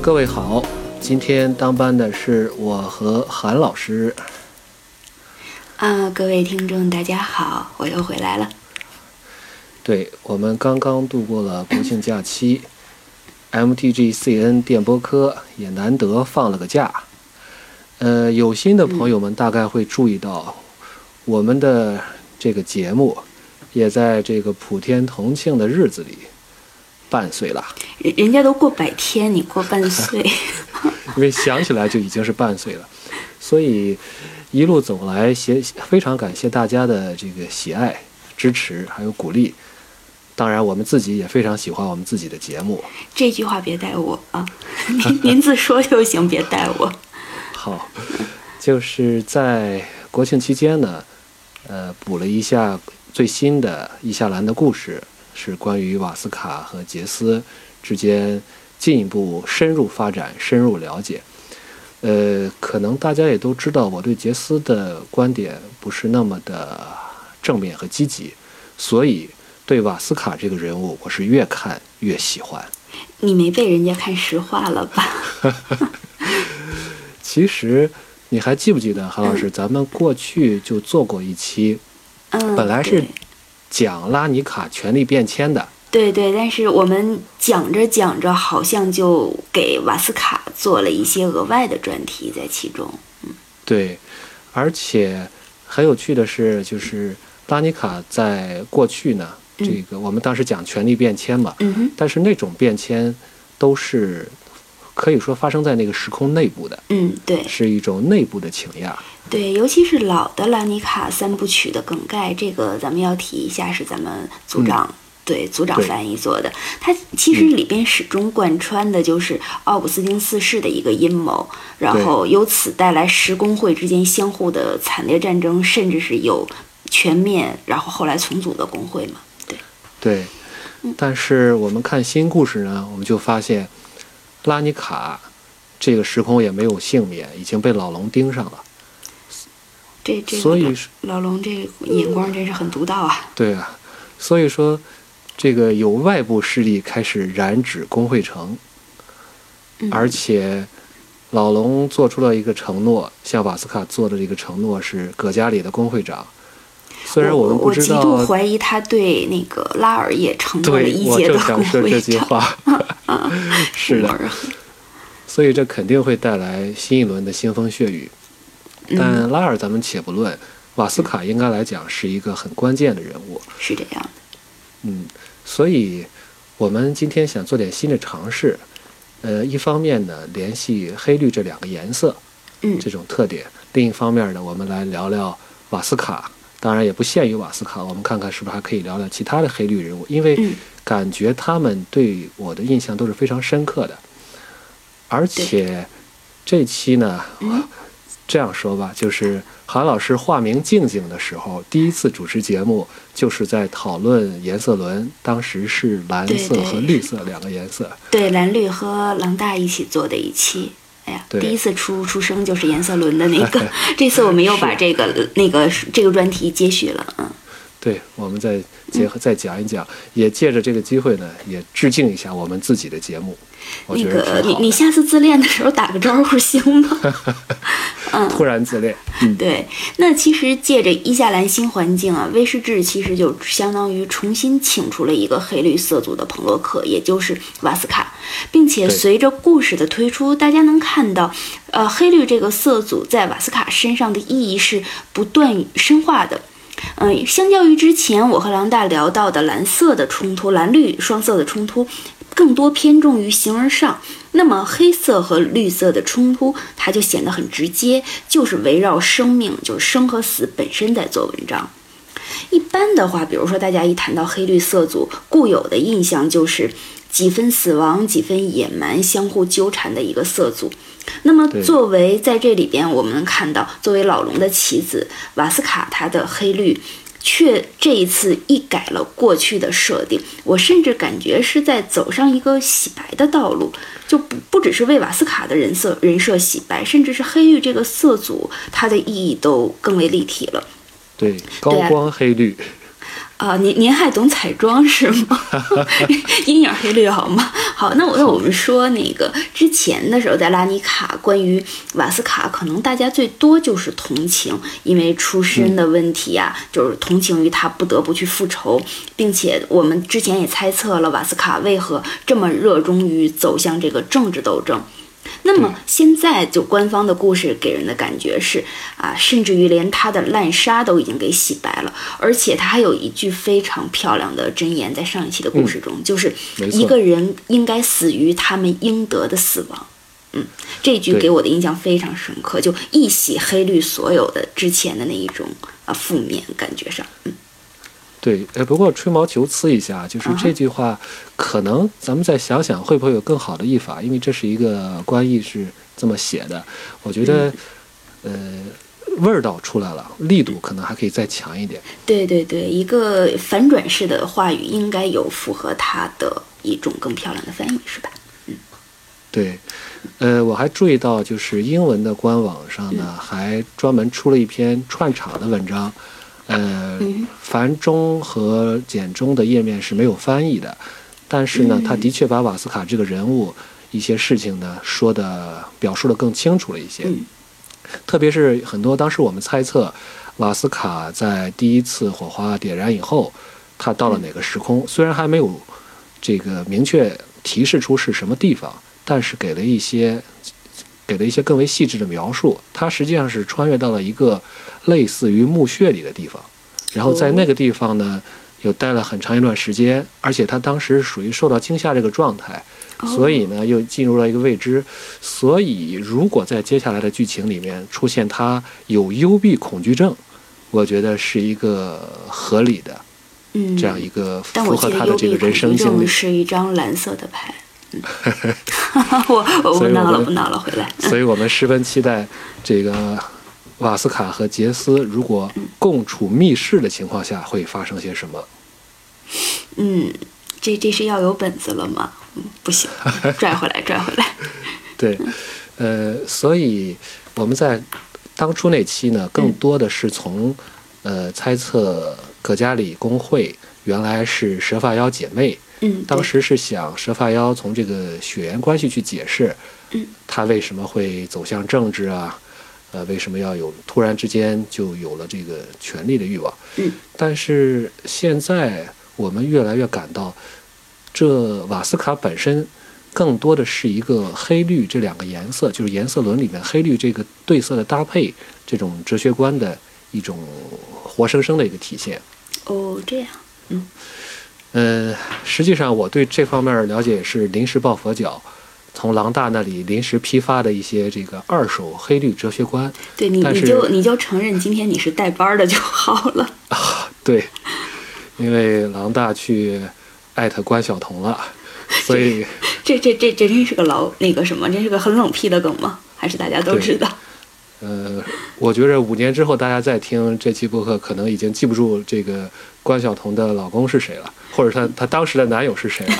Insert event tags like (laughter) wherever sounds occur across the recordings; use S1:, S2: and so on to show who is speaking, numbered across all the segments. S1: 各位好，今天当班的是我和韩老师。
S2: 啊，各位听众，大家好，我又回来了。
S1: 对我们刚刚度过了国庆假期，MTGCN 电波科也难得放了个假。呃，有心的朋友们大概会注意到，我们的这个节目也在这个普天同庆的日子里半岁了，
S2: 人人家都过百天，你过半岁， (laughs)
S1: 因为想起来就已经是半岁了，所以一路走来，谢非常感谢大家的这个喜爱、支持还有鼓励。当然，我们自己也非常喜欢我们自己的节目。
S2: 这句话别带我
S1: (laughs)
S2: 啊，您您自说就行，别带我。
S1: 好，就是在国庆期间呢，呃，补了一下最新的伊夏兰的故事，是关于瓦斯卡和杰斯之间进一步深入发展、深入了解。呃，可能大家也都知道，我对杰斯的观点不是那么的正面和积极，所以对瓦斯卡这个人物，我是越看越喜欢。
S2: 你没被人家看实话了
S1: (laughs)
S2: 吧？
S1: 其实你还记不记得韩老师，咱们过去就做过一期
S2: 嗯，
S1: 本来是讲拉尼卡权力变迁的，
S2: 对对对，但是我们讲着讲着，好像就给瓦斯卡做了一些额外的专题在其中。
S1: 对，而且很有趣的是，就是拉尼卡在过去呢，
S2: 嗯
S1: 这个我们当时讲权力变迁嘛，
S2: 嗯哼，
S1: 但是那种变迁都是可以说发生在那个时空内部的，
S2: 嗯，对
S1: 是一种内部的请压。
S2: 对，尤其是老的拉尼卡三部曲的梗概，这个咱们要提一下，是咱们组长、对组长
S1: 嗯对嗯
S2: 翻译做的。它其实里边始终贯穿的就是奥古斯丁四世的一个阴谋，然后由此带来十公会之间相互的惨烈战争，甚至是有全面，然后后来重组的工会嘛。对，
S1: 对，
S2: 嗯
S1: 但是我们看新故事呢，我们就发现拉尼卡这个时空也没有幸免，已经被老龙盯上了。
S2: 这这个
S1: 所以是
S2: 老龙这个眼光真是很独到啊。
S1: 对啊，所以说这个有外部势力开始染指工会城，
S2: 嗯
S1: 而且老龙做出了一个承诺，向瓦斯卡做的这个承诺是葛加里的工会长。虽然
S2: 我
S1: 们不知道，
S2: 我极度怀疑他对那个拉尔也承诺了
S1: 对
S2: 一
S1: 我
S2: 阶
S1: 正
S2: 的
S1: 想
S2: 工
S1: 说这
S2: 会
S1: 句 (laughs)
S2: 长。 (laughs)
S1: 话，是的
S2: 摩，尔
S1: 所以这肯定会带来新一轮的腥风血雨。
S2: 嗯
S1: 但拉尔咱们且不论，瓦斯卡应该来讲是一个很关键的人物。
S2: 是这样的。
S1: 嗯，所以我们今天想做点新的尝试。呃，一方面呢，联系黑绿这两个颜色
S2: 嗯
S1: 这种特点；另一方面呢，我们来聊聊瓦斯卡，当然也不限于瓦斯卡，我们看看是不是还可以聊聊其他的黑绿人物，因为
S2: 嗯
S1: 感觉他们对我的印象都是非常深刻的。而且这期呢，
S2: 嗯
S1: 这样说吧，就是韩老师化名静静的时候，第一次主持节目就是在讨论颜色轮，当时是蓝色
S2: 对对
S1: 和绿色两个颜色。
S2: 对，蓝绿和狼大一起做的一期。哎呀，
S1: 对
S2: 第一次出出生就是颜色轮的那
S1: (laughs)
S2: 个，这次我们又把这个那个这个专题接续了，嗯，
S1: 对，我们再结合再讲一讲，也借着这个机会呢，也致敬一下我们自己的节目。我
S2: 那
S1: 觉得挺好
S2: 个
S1: 的。
S2: 你你下次自恋的时候打个招呼行吗？
S1: 突然自恋，嗯，
S2: 对，那其实借着伊夏兰新环境啊，威士忌其实就相当于重新请出了一个黑绿色组的彭洛克，也就是瓦斯卡，并且
S1: 对
S2: 随着故事的推出，大家能看到，呃，黑绿这个色组在瓦斯卡身上的意义是不断深化的。嗯，相较于之前我和狼大聊到的蓝色的冲突、蓝绿双色的冲突，更多偏重于形而上。那么黑色和绿色的冲突，它就显得很直接，就是围绕生命，就是生和死本身在做文章。一般的话，比如说大家一谈到黑绿色组，固有的印象就是几分死亡、几分野蛮相互纠缠的一个色组。那么
S1: 对
S2: 作为在这里边，我们能看到，作为老龙的棋子瓦斯卡，他的黑绿。却这一次一改了过去的设定，我甚至感觉是在走上一个洗白的道路，就不不只是为瓦斯卡的人设人设洗白，甚至是黑绿这个色组它的意义都更为立体了。
S1: 对，高光黑绿，
S2: 啊，您您还懂彩妆是吗？ (laughs) 阴影黑绿好吗？好，那我那我们说那个之前的时候，在拉尼卡关于瓦斯卡，可能大家最多就是同情，因为出身的问题呀、就是同情于他不得不去复仇，并且我们之前也猜测了瓦斯卡为何这么热衷于走向这个政治斗争。那么
S1: 嗯
S2: 现在就官方的故事给人的感觉是啊，甚至于连他的滥杀都已经给洗白了，而且他还有一句非常漂亮的箴言，在上一期的故事中，就是
S1: 嗯没错
S2: 一个人应该死于他们应得的死亡。嗯，这句
S1: 对
S2: 给我的印象非常深刻，就一洗黑绿所有的之前的那一种啊负面感觉上，嗯
S1: 对，呃，不过吹毛求疵一下，就是
S2: 嗯哼
S1: 这句话，可能咱们再想想会不会有更好的译法，因为这是一个官译是这么写的，我觉得，
S2: 嗯
S1: 呃，味儿道出来了，力度可能还可以再强一点。
S2: 对对对，一个反转式的话语应该有符合它的一种更漂亮的翻译，是吧？
S1: 对，呃，我还注意到，就是英文的官网上
S2: 嗯
S1: 呢，还专门出了一篇串场的文章，呃，
S2: 嗯
S1: 繁中和简中的页面是没有翻译的，但是呢，
S2: 嗯
S1: 他的确把瓦斯卡这个人物一些事情呢说的表述的更清楚了一些，
S2: 嗯
S1: 特别是很多当时我们猜测，瓦斯卡在第一次火花点燃以后，他到了
S2: 嗯
S1: 哪个时空，虽然还没有这个明确提示出是什么地方，但是给了一些。给了一些更为细致的描述，他实际上是穿越到了一个类似于墓穴里的地方，然后在那个地方呢，又待了很长一段时间，而且他当时属于受到惊吓这个状态，
S2: 哦
S1: 所以呢又进入了一个未知。所以如果在接下来的剧情里面出现他有幽闭恐惧症，我觉得是一个合理的
S2: 嗯，
S1: 这样一个
S2: 但
S1: 符
S2: 我
S1: 合
S2: 记
S1: 他
S2: 得
S1: 的
S2: 幽
S1: 这
S2: 闭
S1: 个人
S2: 恐惧
S1: 生经
S2: 症
S1: 历。
S2: 是一张蓝色的牌。
S1: (laughs)
S2: 嗯， (laughs) 我我
S1: 所
S2: 不
S1: 以
S2: 闹
S1: 我
S2: 了，
S1: 们
S2: 不闹了，回来。
S1: (laughs) 所以我们十分期待这个瓦斯卡和杰斯如果共处密室的情况下会发生些什么。
S2: 嗯，这这是要有本子了吗？嗯，不行，拽回来，拽回来。
S1: 对，呃，所以我们在当初那期呢，更多的是从、呃猜测葛加里公会原来是蛇发妖姐妹，
S2: 嗯，
S1: 当
S2: 对
S1: 时是想蛇发妖从这个血缘关系去解释
S2: 嗯，
S1: 她为什么会走向政治啊，呃，为什么要有突然之间就有了这个权力的欲望。
S2: 嗯，
S1: 但是现在我们越来越感到，这瓦斯卡本身更多的是一个黑绿这两个颜色，就是颜色轮里面黑绿这个对色的搭配，这种哲学观的一种活生生的一个体现。
S2: 哦，这样。
S1: 呃，实际上我对这方面儿了解也是临时抱佛脚，从狼大那里临时批发的一些这个二手黑绿哲学观。
S2: 对你，
S1: 但
S2: 你
S1: 是
S2: 就你就承认今天你是带班儿的就好了。
S1: 对，因为狼大去艾特关晓彤了，所以
S2: 这这这这真是个老那个什么，真是个很冷僻的梗吗？还是大家都
S1: 对
S2: 知道？
S1: 呃，我觉着五年之后大家再听这期播客，可能已经记不住这个关晓彤的老公是谁了，或者她她当时的男友是谁了。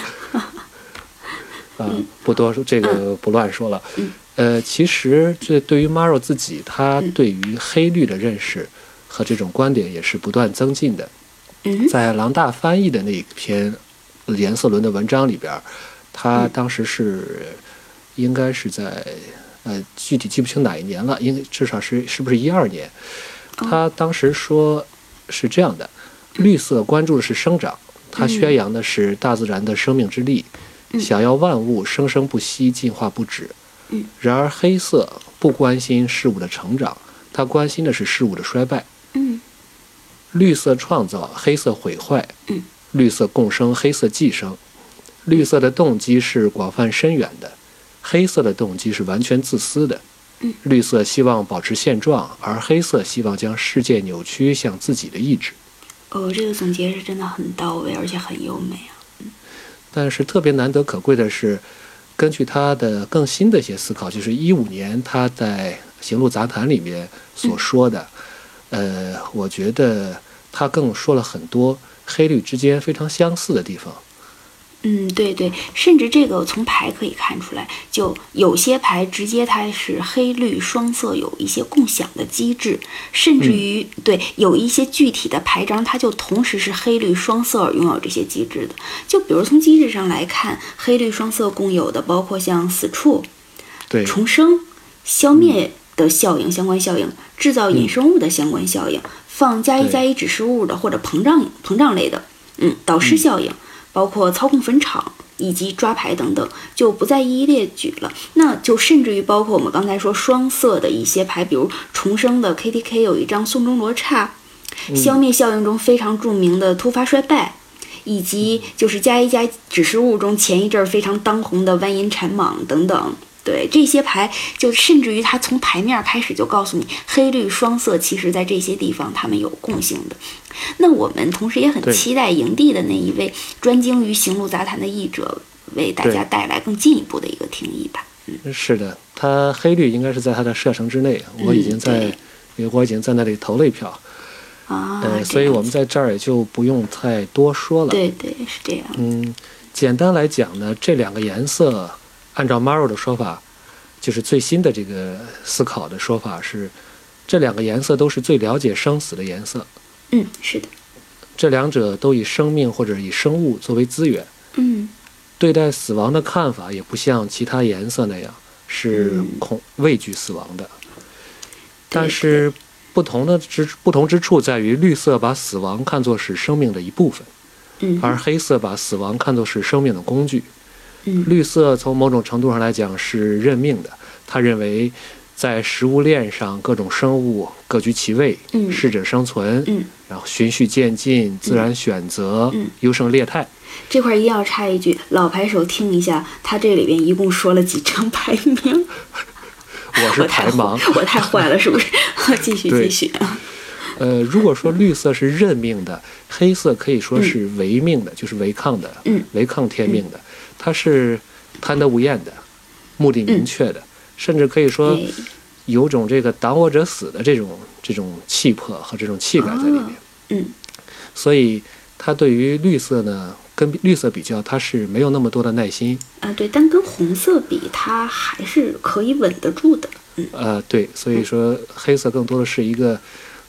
S1: 啊、不多说，这个不乱说了。呃，其实这对于 Maro 自己，他对于黑绿的认识和这种观点也是不断增进的。
S2: 嗯
S1: 在狼大翻译的那一篇颜色轮的文章里边儿，他当时是应该是在呃具体记不清哪一年了，应该至少是是不是一二年？他当时说是这样的：绿色关注的是生长，它宣扬的是大自然的生命之力，想要万物生生不息、进化不止。然而黑色不关心事物的成长，它关心的是事物的衰败。
S2: 嗯
S1: 绿色创造，黑色毁坏
S2: 嗯；
S1: 绿色共生，黑色寄生。绿色的动机是广泛深远的，黑色的动机是完全自私的
S2: 嗯。
S1: 绿色希望保持现状，而黑色希望将世界扭曲向自己的意志。
S2: 哦，这个总结是真的很到位，而且很优美啊。
S1: 但是特别难得可贵的是，根据他的更新的一些思考，就是一五年他在《行路杂谈》里面所说的，
S2: 嗯
S1: 呃，我觉得他更说了很多黑绿之间非常相似的地方。
S2: 嗯，对对，甚至这个从牌可以看出来，就有些牌直接它是黑绿双色有一些共享的机制，甚至于、对有一些具体的牌张，它就同时是黑绿双色拥有这些机制的。就比如从机制上来看，黑绿双色共有的包括像死处、
S1: 对，
S2: 重生、消灭的效应、相关效应、制造衍生物的相关效应、放加一
S1: 对
S2: 加一指示物的或者膨胀膨胀类的，嗯，导师效应，包括操控坟场以及抓牌等等，就不再一一列举了。那就甚至于包括我们刚才说双色的一些牌，比如重生的 KTK 有一张宋钟罗刹，消灭效应中非常著名的突发衰败。以及就是加一加指示物中前一阵儿非常当红的蜿蜒缠蟒等等，对这些牌，就甚至于它从牌面儿开始就告诉你，黑绿双色其实在这些地方它们有共性的。那我们同时也很
S1: 对
S2: 期待营地的那一位专精于行路杂谈的译者，为大家
S1: 对
S2: 带来更进一步的一个听译吧。
S1: 是的，它黑绿应该是在它的射程之内，我已经在，
S2: 嗯
S1: 因为我已经在那里投了一票，
S2: 啊，
S1: 呃，
S2: 这
S1: 所以
S2: 样
S1: 我们
S2: 子
S1: 在这儿也就不用太多说了。
S2: 对对是这样，
S1: 嗯，简单来讲呢，这两个颜色，按照 Maro 的说法，就是最新的这个思考的说法是，这两个颜色都是最了解生死的颜色，
S2: 嗯，是的，
S1: 这两者都以生命或者以生物作为资源，
S2: 嗯
S1: 对待死亡的看法也不像其他颜色那样是
S2: 嗯
S1: 恐畏惧死亡的。但是不同的之不同之处在于，绿色把死亡看作是生命的一部分，
S2: 嗯
S1: 而黑色把死亡看作是生命的工具。
S2: 嗯
S1: 绿色从某种程度上来讲是认命的，他认为在食物链上各种生物各居其位，
S2: 嗯
S1: 适者生存，
S2: 嗯。
S1: 然后循序渐进、自然选择、
S2: 嗯
S1: 优胜劣汰。
S2: 这块儿一定要插一句，老牌手听一下，他这里边一共说了几张排名，
S1: 我是
S2: 我太
S1: 排
S2: 坏
S1: 盲。，
S2: (laughs) 我太坏了，是不是？ (laughs) 继续
S1: 对
S2: 继续啊，
S1: 呃，如果说绿色是认命的，黑色可以说是违命的，就是违抗的，
S2: 嗯
S1: 违抗天命的，它是贪得无厌的，目的明确的，
S2: 嗯
S1: 甚至可以说
S2: 对
S1: 有种这个“挡我者死”的这种这种气魄和这种气概在里面。
S2: 哦嗯
S1: 所以它对于绿色呢，跟绿色比较，它是没有那么多的耐心。
S2: 啊对，但跟红色比，它还是可以稳得住的。嗯
S1: 呃，对，所以说黑色更多的是一个，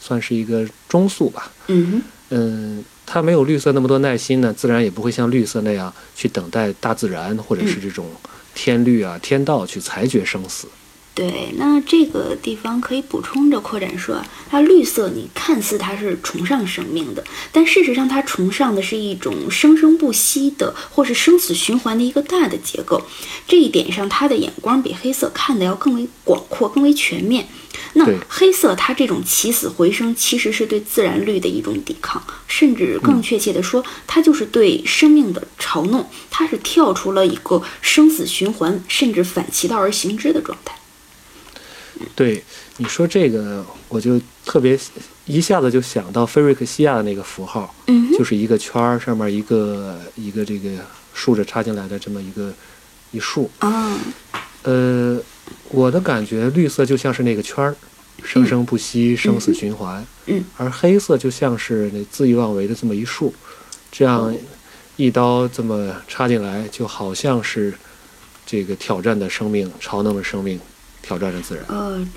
S1: 算是一个中速吧。
S2: 嗯哼
S1: 嗯，它没有绿色那么多耐心呢，自然也不会像绿色那样去等待大自然或者是这种天律啊、天道去裁决生死。
S2: 对，那这个地方可以补充着扩展说啊，它绿色你看似它是崇尚生命的，但事实上它崇尚的是一种生生不息的，或是生死循环的一个大的结构。这一点上，它的眼光比黑色看的要更为广阔、更为全面。那
S1: 对
S2: 黑色它这种起死回生，其实是对自然律的一种抵抗，甚至更确切的说，它就是对生命的嘲弄，它是跳出了一个生死循环，甚至反其道而行之的状态。
S1: 对，你说这个，我就特别一下子就想到菲瑞克西亚的那个符号，
S2: 嗯哼，
S1: 就是一个圈儿上面一个一个这个竖着插进来的这么一个一竖。
S2: 啊，
S1: 呃，我的感觉，绿色就像是那个圈儿，生生不息，生死循环。
S2: 嗯，
S1: 而黑色就像是那恣意妄为的这么一束，这
S2: 哦
S1: 样一刀这么插进来，就好像是这个挑战的生命，嘲弄的生命，挑战着自然。
S2: 呃，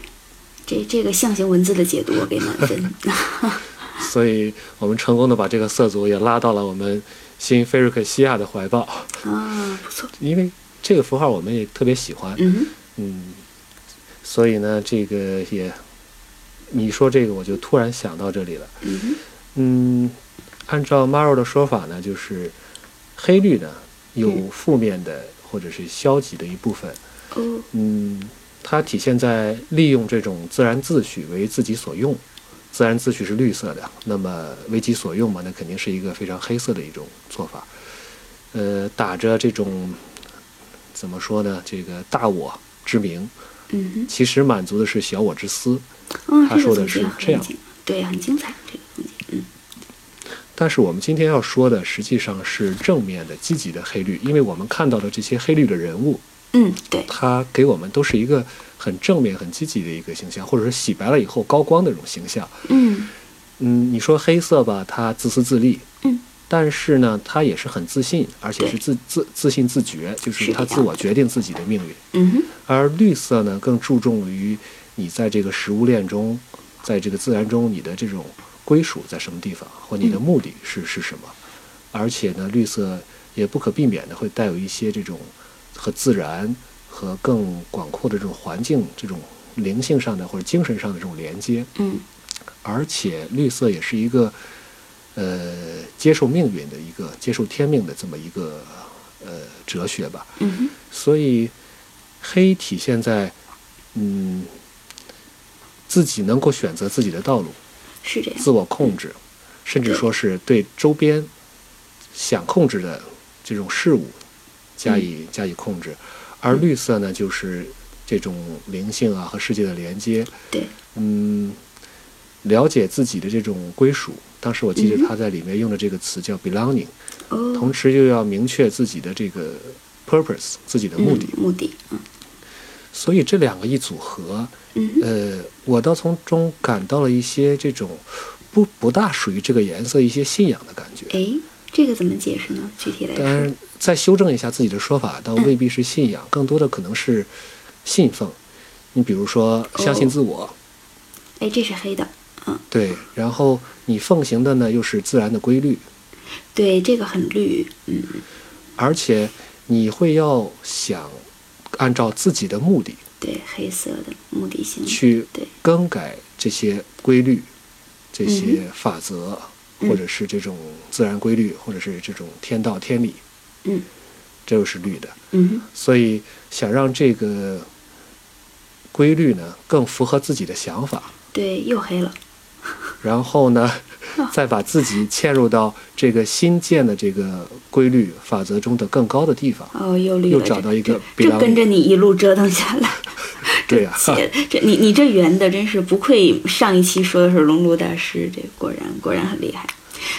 S2: 这这个象形文字的解读我给满
S1: (laughs)
S2: 分。
S1: 所以我们成功的把这个色族也拉到了我们新菲瑞克西亚的怀抱，
S2: 啊，不错，
S1: 因为这个符号我们也特别喜欢。
S2: 嗯哼，
S1: 嗯，所以呢，这个也，你说这个，我就突然想到这里了。
S2: 嗯哼，
S1: 嗯，按照 Maro 的说法呢，就是黑绿呢有
S2: 嗯
S1: 负面的或者是消极的一部分。
S2: 哦，
S1: 嗯，它体现在利用这种自然秩序为自己所用。自然秩序是绿色的，那么为己所用嘛，那肯定是一个非常黑色的一种做法。呃，打着这种怎么说呢，这个大我之名，
S2: 嗯
S1: 其实满足的是小我之私。
S2: 哼，啊，
S1: 他
S2: 这
S1: 说
S2: 个
S1: 的
S2: 总
S1: 是
S2: 结
S1: 这
S2: 很
S1: 样
S2: 精，对，很精彩，这个总结，嗯，
S1: 但是我们今天要说的实际上是正面的、积极的黑绿，因为我们看到的这些黑绿的人物，
S2: 嗯，对，
S1: 他给我们都是一个很正面、很积极的一个形象，或者说洗白了以后高光的这种形象。
S2: 嗯
S1: 嗯，你说黑色吧，他自私自利，
S2: 嗯
S1: 但是呢，他也是很自信，而且是自自自信自觉，就是
S2: 是
S1: 他
S2: 这
S1: 自
S2: 样
S1: 我决定自己的命运。
S2: 嗯哼，
S1: 而绿色呢，更注重于你在这个食物链中，在这个自然中，你的这种归属在什么地方，或你的目的是、是什么。而且呢，绿色也不可避免的会带有一些这种和自然和更广阔的这种环境、这种灵性上的或者精神上的这种连接。
S2: 嗯
S1: 而且绿色也是一个呃接受命运的一个接受天命的这么一个呃哲学吧。
S2: 嗯哼，
S1: 所以黑体现在嗯自己能够选择自己的道路，
S2: 是这样。
S1: 自我控制，甚至说是对周边想控制的这种事物加以、加以控制。而绿色呢，就是这种灵性啊和世界的连接，
S2: 对，
S1: 嗯，了解自己的这种归属。当时我记得他在里面用的这个词叫 belonging，、
S2: 哦，
S1: 同时又要明确自己的这个 purpose，自己的目的。
S2: 嗯、目的，嗯
S1: 所以这两个一组合，
S2: 嗯哼，
S1: 呃，我倒从中感到了一些这种不不大属于这个颜色一些信仰的感觉。
S2: 哎，这个怎么解释呢？具体来
S1: 呃当
S2: 说，
S1: 然，再修正一下自己的说法，倒未必是信仰，更多的可能是信奉。你比如说，相信自我，
S2: 哎，这是黑的，嗯，
S1: 对，然后你奉行的呢又是自然的规律，
S2: 对，这个很绿，嗯，
S1: 而且你会要想按照自己的目的
S2: 对，黑色的目的性，
S1: 去
S2: 对，
S1: 更改这些规律、这些法则，
S2: 嗯
S1: 或者是这种自然规律，或者是这种天道天理，
S2: 嗯
S1: 这就是律的。
S2: 嗯哼，
S1: 所以想让这个规律呢更符合自己的想法，
S2: 对，又黑了，
S1: 然后
S2: (laughs)
S1: 呢，再把自己嵌入到这个新建的这个规律法则中的更高的地方。
S2: 哦，又绿了，
S1: 又找到一个
S2: 这这这
S1: belonging
S2: 跟着你一路折腾下
S1: (laughs)
S2: 来，
S1: 对啊呀、哈
S2: 姐，这你你这圆的真是不愧上一期说的是熔炉大师，这果然果然很厉害。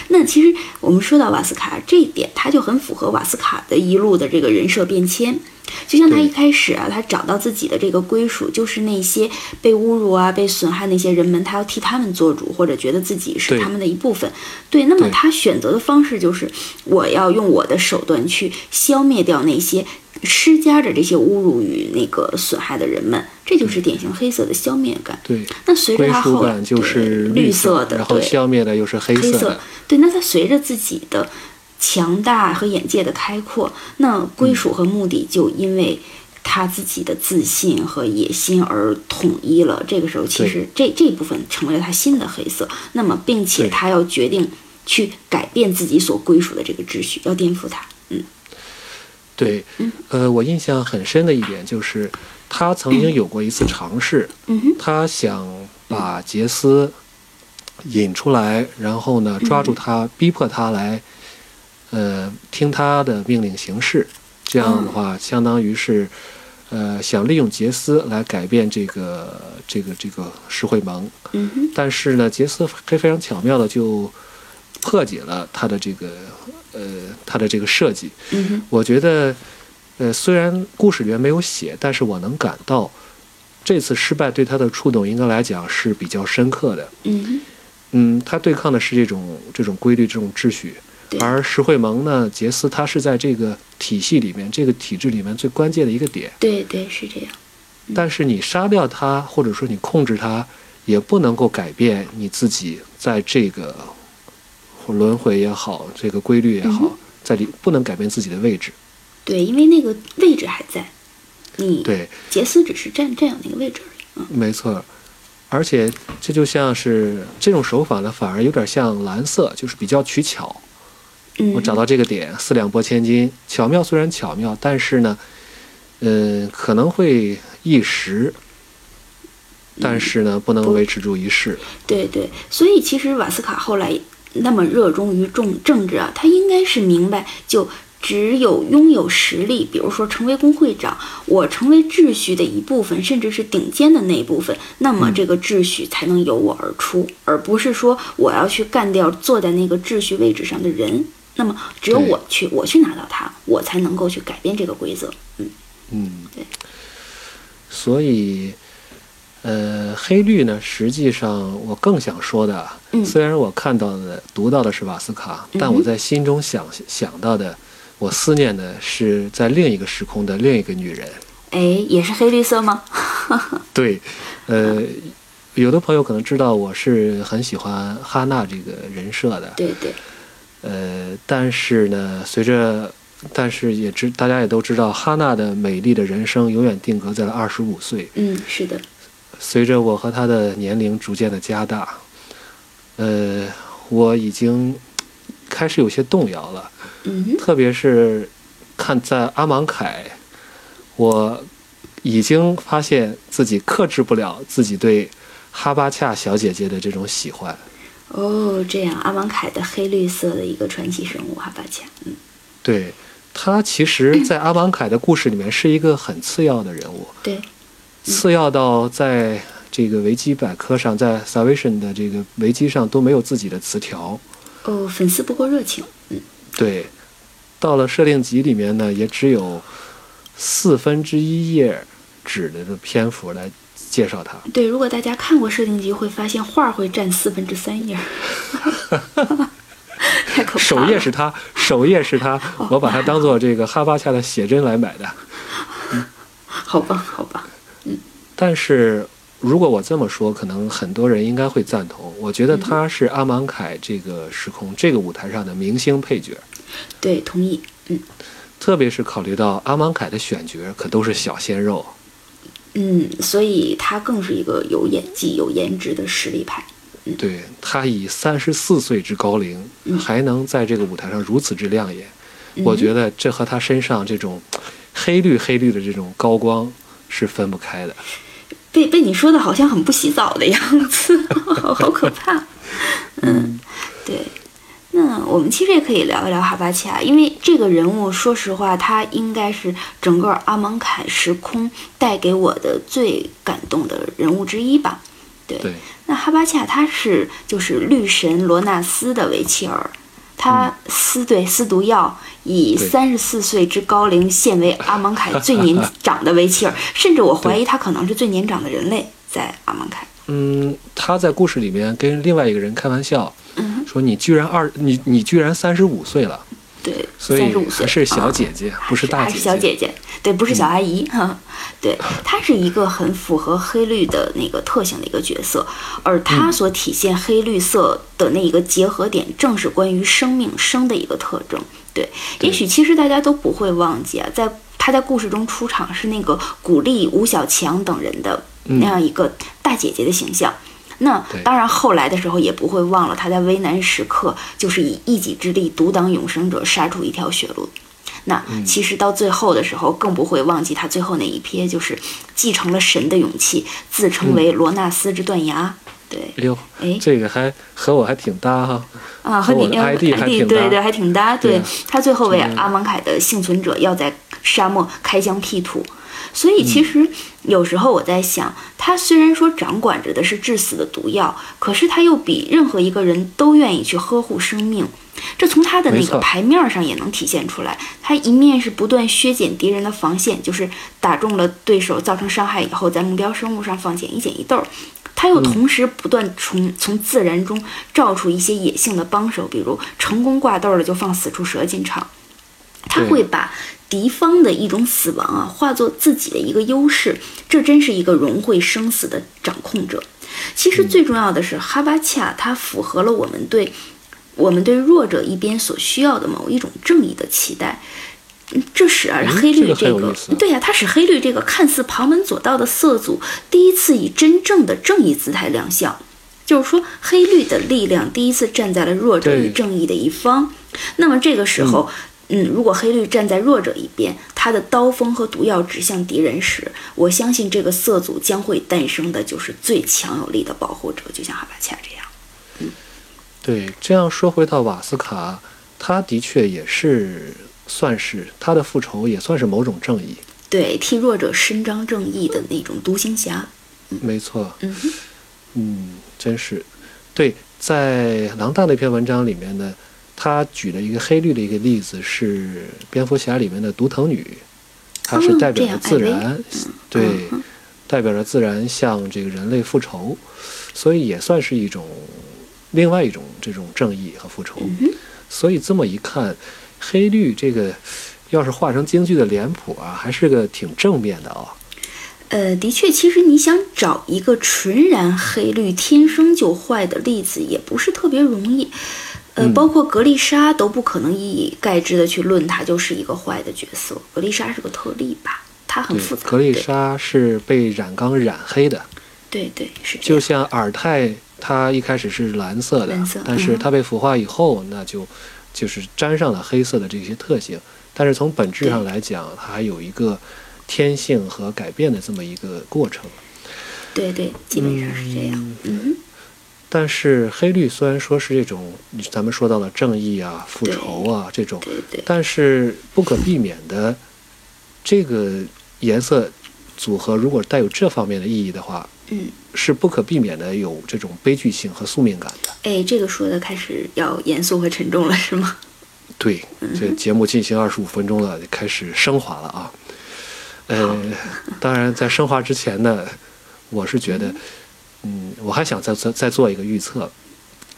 S2: 那其实我们说到瓦斯卡这一点，他就很符合瓦斯卡的一路的这个人设变迁。就像他
S1: 对
S2: 一开始啊，他找到自己的这个归属，就是那些被侮辱啊、被损害那些人们，他要替他们做主，或者觉得自己是
S1: 对
S2: 他们的一部分。对，那么
S1: 对
S2: 他选择的方式就是，我要用我的手段去消灭掉那些施加着这些侮辱与那个损害的人们，这就是典型黑色的消灭感。
S1: 对，
S2: 那随着
S1: 归
S2: 他
S1: 属
S2: 后
S1: 感就是
S2: 对绿
S1: 色
S2: 的，
S1: 然后
S2: 对
S1: 消灭的又是黑
S2: 黑
S1: 色
S2: 色
S1: 的，，
S2: 对，那他随着自己的强大和眼界的开阔，那归属和目的就因为。他自己的自信和野心而统一了，这个时候其
S1: 对
S2: 实这这部分成为了他新的黑色。那么，并且
S1: 对
S2: 他要决定去改变自己所归属的这个秩序，要颠覆它。嗯，
S1: 对，呃，我印象很深的一点就是，他曾经有过一次尝试，
S2: 嗯哼，
S1: 他想把杰斯引出来，然后呢抓住他，逼迫他来，呃，听他的命令行事。这样的话，相当于是，呃，想利用杰斯来改变这个这个这个石会盟。
S2: 嗯哼，
S1: 但是呢，杰斯非非常巧妙的就破解了他的这个呃他的这个设计。
S2: 嗯哼，
S1: 我觉得，呃，虽然故事里面没有写，但是我能感到这次失败对他的触动，应该来讲是比较深刻的。
S2: 嗯哼，
S1: 嗯，他对抗的是这种这种规律、这种秩序，
S2: 对，
S1: 而石慧盟呢，杰斯他是在这个体系里面、这个体制里面最关键的一个点。
S2: 对对是这样。嗯
S1: 但是你杀掉他，或者说你控制他，也不能够改变你自己在这个轮回也好，这个规律也好，
S2: 嗯哼
S1: 在里不能改变自己的位置。
S2: 对，因为那个位置还在，你
S1: 对，
S2: 杰斯只是占占有那个位置而已。嗯，
S1: 没错，而且这就像是这种手法呢，反而有点像蓝色，就是比较取巧。
S2: 嗯
S1: 我找到这个点，四两拨千斤，巧妙虽然巧妙，但是呢，嗯、可能会一时，但是呢，不能维持住一世。
S2: 对对，所以其实瓦斯卡后来那么热衷于政政治啊，他应该是明白，就只有拥有实力，比如说成为工会长，我成为秩序的一部分，甚至是顶尖的那一部分，那么这个秩序才能由我而出，而不是说我要去干掉坐在那个秩序位置上的人。那么只有
S1: 对
S2: 我去，我去拿到它，我才能够去改变这个规则。嗯，
S1: 嗯
S2: 对，
S1: 所以，呃，黑绿呢，实际上我更想说的啊，
S2: 嗯
S1: 虽然我看到的、读到的是瓦斯卡，但我在心中想想到的，我思念的是在另一个时空的另一个女人。
S2: 哎，也是黑绿色吗？
S1: 对，呃，有的朋友可能知道我是很喜欢哈娜这个人设的，
S2: 对对，
S1: 呃，但是呢，随着，但是也知大家也都知道，哈娜的美丽的人生永远定格在了二十五岁。
S2: 嗯，是的，
S1: 随着我和她的年龄逐渐的加大，呃，我已经开始有些动摇了，
S2: 嗯哼，
S1: 特别是看在阿芒凯，我已经发现自己克制不了自己对哈巴恰小姐姐的这种喜欢。
S2: 哦，这样，阿王凯的黑绿色的一个传奇生物哈巴恰，嗯
S1: 对她，其实，在阿芒凯的故事里面是一个很次要的人物，
S2: 对，
S1: 次要到在这个维基百科上，在 Salvation 的这个维基上都没有自己的词条。
S2: 哦，粉丝不够热情，嗯，
S1: 对，到了设定集里面呢，也只有四分之一页纸的篇幅来介绍它。
S2: 对，如果大家看过设定集，会发现画会占四分之三
S1: (laughs)
S2: 页儿，太可怕了。
S1: 首页是它，首页是它，我把它当做这个哈巴恰的写真来买的。
S2: 好吧，好吧，
S1: 但是如果我这么说，可能很多人应该会赞同。我觉得他是阿芒凯这个时空、这个舞台上的明星配角，
S2: 对，同意，嗯
S1: 特别是考虑到阿芒凯的选角可都是小鲜肉。
S2: 嗯，所以他更是一个有演技、有颜值的实力派。
S1: 对他以三十四岁之高龄，还能在这个舞台上如此之亮眼，
S2: 嗯
S1: 我觉得这和他身上这种黑绿黑绿的这种高光是分不开的。
S2: 被被你说的好像很不洗澡的样子， (laughs) 好好可怕。嗯，对。那我们其实也可以聊一聊哈巴恰，因为这个人物，说实话，他应该是整个阿蒙凯时空带给我的最感动的人物之一吧。对，
S1: 对，
S2: 那哈巴恰他是就是绿神罗纳斯的维契尔，他私对私毒药，以
S1: 嗯对
S2: 三十四岁之高龄现为阿芒凯最
S1: (laughs)
S2: 年长的维契尔，甚至我怀疑他可能是最年长的人类在阿芒凯。
S1: 嗯，他在故事里面跟另外一个人开玩笑，
S2: 嗯哼，
S1: 说你居然二你你居然三十五岁了，
S2: 对，
S1: 所
S2: 三
S1: 以
S2: 十五
S1: 还
S2: 岁
S1: 是小
S2: 啊
S1: 姐姐，不是大
S2: 还
S1: 姐嗯
S2: 是小姐姐，对，不是小阿姨，哈、对，她是一个很符合黑绿的那个特性的一个角色，而
S1: 嗯
S2: 她所体现黑绿色的那一个结合点，正是关于生命生的一个特征。对，也许其实大家都不会忘记啊，在她在故事中出场是那个鼓励吴小强等人的
S1: 嗯
S2: 那样一个大姐姐的形象。那
S1: 对
S2: 当然，后来的时候也不会忘了她在危难时刻，就是以一己之力独当永生者，杀出一条血路。那
S1: 嗯
S2: 其实到最后的时候，更不会忘记他最后那一瞥，就是继承了神的勇气，自称为罗纳斯之断崖。对，
S1: 哎呦，
S2: 哎，
S1: 嗯这个还和我还挺搭哈。
S2: 啊，
S1: 和
S2: 和
S1: 我
S2: 你
S1: 的
S2: 呃
S1: ID 还挺搭
S2: 对对还挺搭。
S1: 对
S2: 对
S1: 啊
S2: 他最后为
S1: 这个
S2: 阿芒凯的幸存者要在沙漠开疆辟土，所以其实有时候我在想，他虽然说掌管着的是致死的毒药，可是他又比任何一个人都愿意去呵护生命。这从他的那
S1: 没
S2: 个
S1: 错
S2: 牌面上也能体现出来。他一面是不断削减敌人的防线，就是打中了对手造成伤害以后，在目标生物上放减一减一豆儿。他
S1: 嗯
S2: 又同时不断从从自然中照出一些野性的帮手，比如成功挂豆儿了就放死出蛇进场，他
S1: 对
S2: 会把敌方的一种死亡啊，化作自己的一个优势，这真是一个融会生死的掌控者。其
S1: 嗯
S2: 实最重要的是，哈巴恰他符合了我们对我们对弱者一边所需要的某一种正义的期待。嗯这使而
S1: 嗯
S2: 黑
S1: 这
S2: 绿
S1: 个很
S2: 这
S1: 有
S2: 个
S1: 意思啊
S2: 对呀、它使黑绿这个看似旁门左道的色组第一次以真正的正义姿态亮相，就是说黑绿的力量第一次站在了弱者与
S1: 对
S2: 正义的一方。那么这个时候，嗯如果黑绿站在弱者一边，他的刀锋和毒药指向敌人时，我相信这个色组将会诞生的就是最强有力的保护者，就像哈巴恰这样。
S1: 对，这样说回到瓦斯卡，他的确也是算是他的复仇也算是某种正义，
S2: 对，替弱者伸张正义的那种独行侠。
S1: 没错，
S2: 嗯哼，
S1: 嗯，真是，对，在狼大那篇文章里面呢，他举了一个黑绿的一个例子是蝙蝠侠里面的独藤女，她是
S2: 哦
S1: 代表着
S2: 这样
S1: 自
S2: 艾薇嗯
S1: 然，对，代表着自然向这个人类复仇，所以也算是一种另外一种这种正义和复仇。
S2: 嗯哼，
S1: 所以这么一看，黑绿这个要是画成京剧的脸谱啊，还是个挺正面的啊、
S2: 呃，的确，其实你想找一个纯然黑绿、天生就坏的例子，也不是特别容易。呃，
S1: 嗯
S2: 包括格丽莎都不可能一以概之的去论她就是一个坏的角色，格丽莎是个特例吧，她很
S1: 对
S2: 复，杂。
S1: 格丽
S2: 对
S1: 莎是被染缸染黑的，
S2: 对对是这
S1: 就
S2: 样。
S1: 像尔泰，他一开始是蓝色的，
S2: 蓝色
S1: 但是
S2: 嗯
S1: 他被腐化以后，那就就是沾上了黑色的这些特性。但是从本质上来讲，它还有一个天性和改变的这么一个过程。
S2: 对对，基本上是这样。嗯哼。
S1: 但是黑绿虽然说是这种，咱们说到了正义啊、复仇啊这种，
S2: 对对，
S1: 但是不可避免的，这个颜色组合如果带有这方面的意义的话，
S2: 嗯，
S1: 是不可避免的有这种悲剧性和宿命感的。
S2: 哎，这个说的开始要严肃和沉重了，是吗？
S1: 对，
S2: 嗯
S1: 这节目进行二十五分钟了，开始升华了啊。呃，当然在升华之前呢，我是觉得，嗯，我还想再再再做一个预测。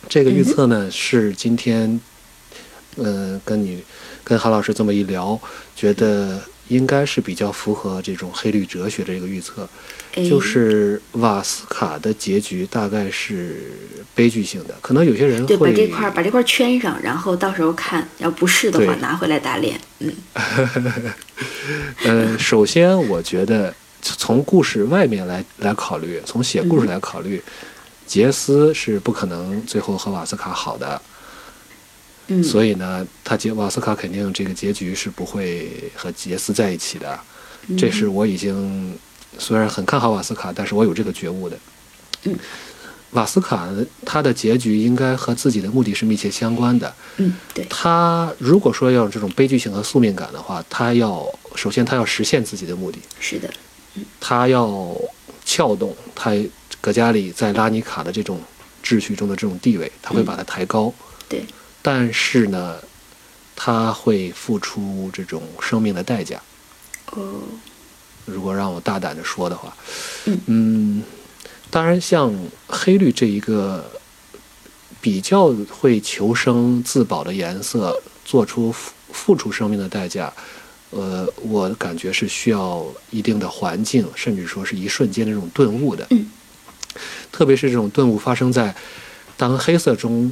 S1: 这个预测
S2: 嗯
S1: 呢、是今天，呃，跟你跟韩老师这么一聊，觉
S2: 嗯
S1: 得应该是比较符合这种黑绿哲学的这个预测，
S2: 哎，
S1: 就是瓦斯卡的结局大概是悲剧性的，可能有些人
S2: 对，
S1: 会
S2: 把这块儿把这块儿圈上，然后到时候看，要不是的话
S1: 对
S2: 拿回来打脸。嗯，
S1: 呃，首先我觉得从故事外面来来考虑，从写故事来考虑，杰斯是不可能最后和瓦斯卡好的，
S2: 嗯，
S1: 所以呢，他杰瓦斯卡肯定这个结局是不会和杰斯在一起的。这是我已经虽然很看好瓦斯卡，但是我有这个觉悟的。
S2: 嗯，
S1: 瓦斯卡他的结局应该和自己的目的是密切相关的。
S2: 嗯，对，
S1: 他如果说要有这种悲剧性和宿命感的话，他要首先他要实现自己的目的。
S2: 是的，
S1: 他要撬动他格加里在拉尼卡的这种秩序中的这种地位，他会把它抬高。
S2: 对，
S1: 但是呢，他会付出这种生命的代价。
S2: 哦，
S1: 如果让我大胆的说的话，
S2: 嗯
S1: 当然像黑绿这一个比较会求生自保的颜色，做出付付出生命的代价，呃，我感觉是需要一定的环境，甚至说是一瞬间的这种顿悟的。
S2: 嗯
S1: 特别是这种顿悟发生在当黑色中，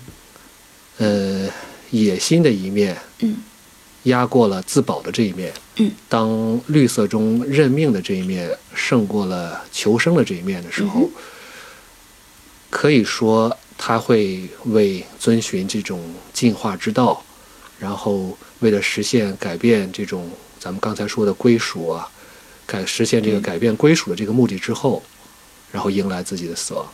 S1: 呃，野心的一面
S2: 嗯
S1: 压过了自保的这一面，
S2: 嗯
S1: 当绿色中认命的这一面胜过了求生的这一面的时候，
S2: 嗯
S1: 可以说他会为遵循这种进化之道，然后为了实现改变这种咱们刚才说的归属啊，改实现
S2: 嗯
S1: 这个改变归属的这个目的之后，然后迎来自己的死亡，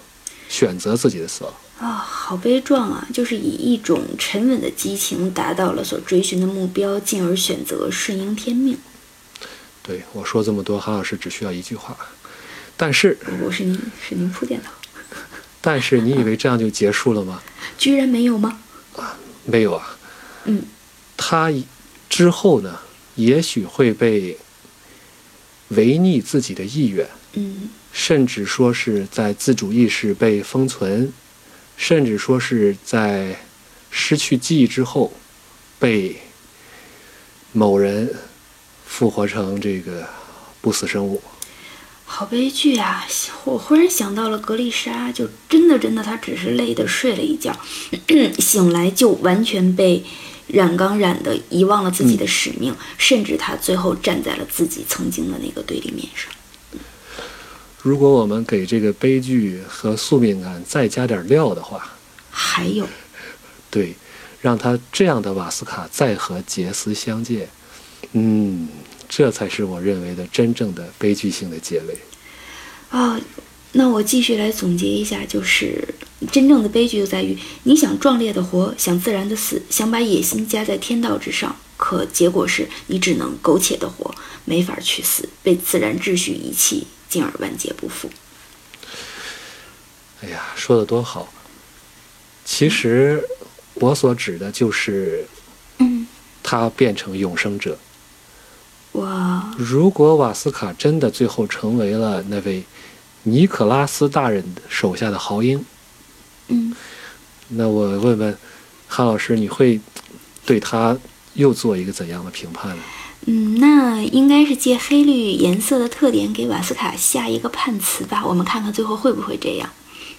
S1: 选择自己的死亡。
S2: 啊、好悲壮啊！就是以一种沉稳的激情达到了所追寻的目标，进而选择顺应天命。
S1: 对我说这么多，韩老师只需要一句话。但是，
S2: 我是您是您铺垫的，
S1: 但是你以为这样就结束了吗？
S2: 居然没有吗？
S1: 没有啊，
S2: 嗯，
S1: 他之后呢，也许会被违逆自己的意愿，
S2: 嗯
S1: 甚至说是在自主意识被封存，甚至说是在失去记忆之后被某人复活成这个不死生物。
S2: 好悲剧啊！我忽然想到了格丽莎，就真的真的，她只是累的睡了一觉， (clears throat) 醒来就完全被染缸染的，遗忘了自己的使命，甚至她最后站在了自己曾经的那个对立面上。
S1: 如果我们给这个悲剧和宿命感再加点料的话，
S2: 还有，
S1: 对，让他这样的瓦斯卡再和杰斯相见，嗯，这才是我认为的真正的悲剧性的结尾。
S2: 啊、那我继续来总结一下，就是真正的悲剧就在于，你想壮烈的活，想自然的死，想把野心加在天道之上，可结果是你只能苟且的活，没法去死，被自然秩序遗弃，进而万劫不复。
S1: 哎呀，说的多好！其实我所指的就是
S2: 嗯
S1: 他变成永生者，
S2: 哇，
S1: 如果瓦斯卡真的最后成为了那位尼可拉斯大人手下的豪英，
S2: 嗯，
S1: 那我问问韩老师，你会对他又做一个怎样的评判呢？
S2: 嗯，那应该是借黑绿颜色的特点给瓦斯卡下一个判词吧。我们看看最后会不会这样。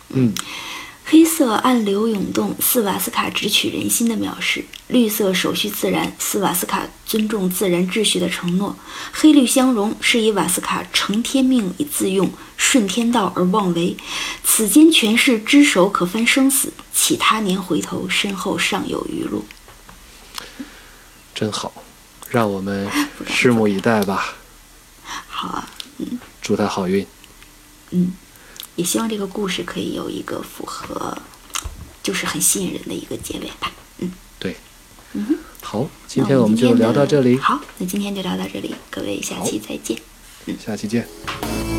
S1: 嗯，
S2: 黑色暗流涌动，似瓦斯卡直取人心的藐视；绿色守序自然，似瓦斯卡尊重自然秩序的承诺；黑绿相融，是以瓦斯卡承天命以自用，顺天道而妄为。此间权势之手可翻生死，岂他年回头，身后尚有余路。
S1: 真好，让我们拭目以待吧。
S2: 好啊，
S1: 祝他好运。
S2: 嗯，也希望这个故事可以有一个符合，就是很吸引人的一个结尾吧。嗯，
S1: 对，
S2: 嗯哼，
S1: 好，今
S2: 那
S1: 天我
S2: 我
S1: 们就
S2: 的
S1: 聊到这里，
S2: 好，那今天就聊到这里，各位下期再见。
S1: 下期见。
S2: 拜拜。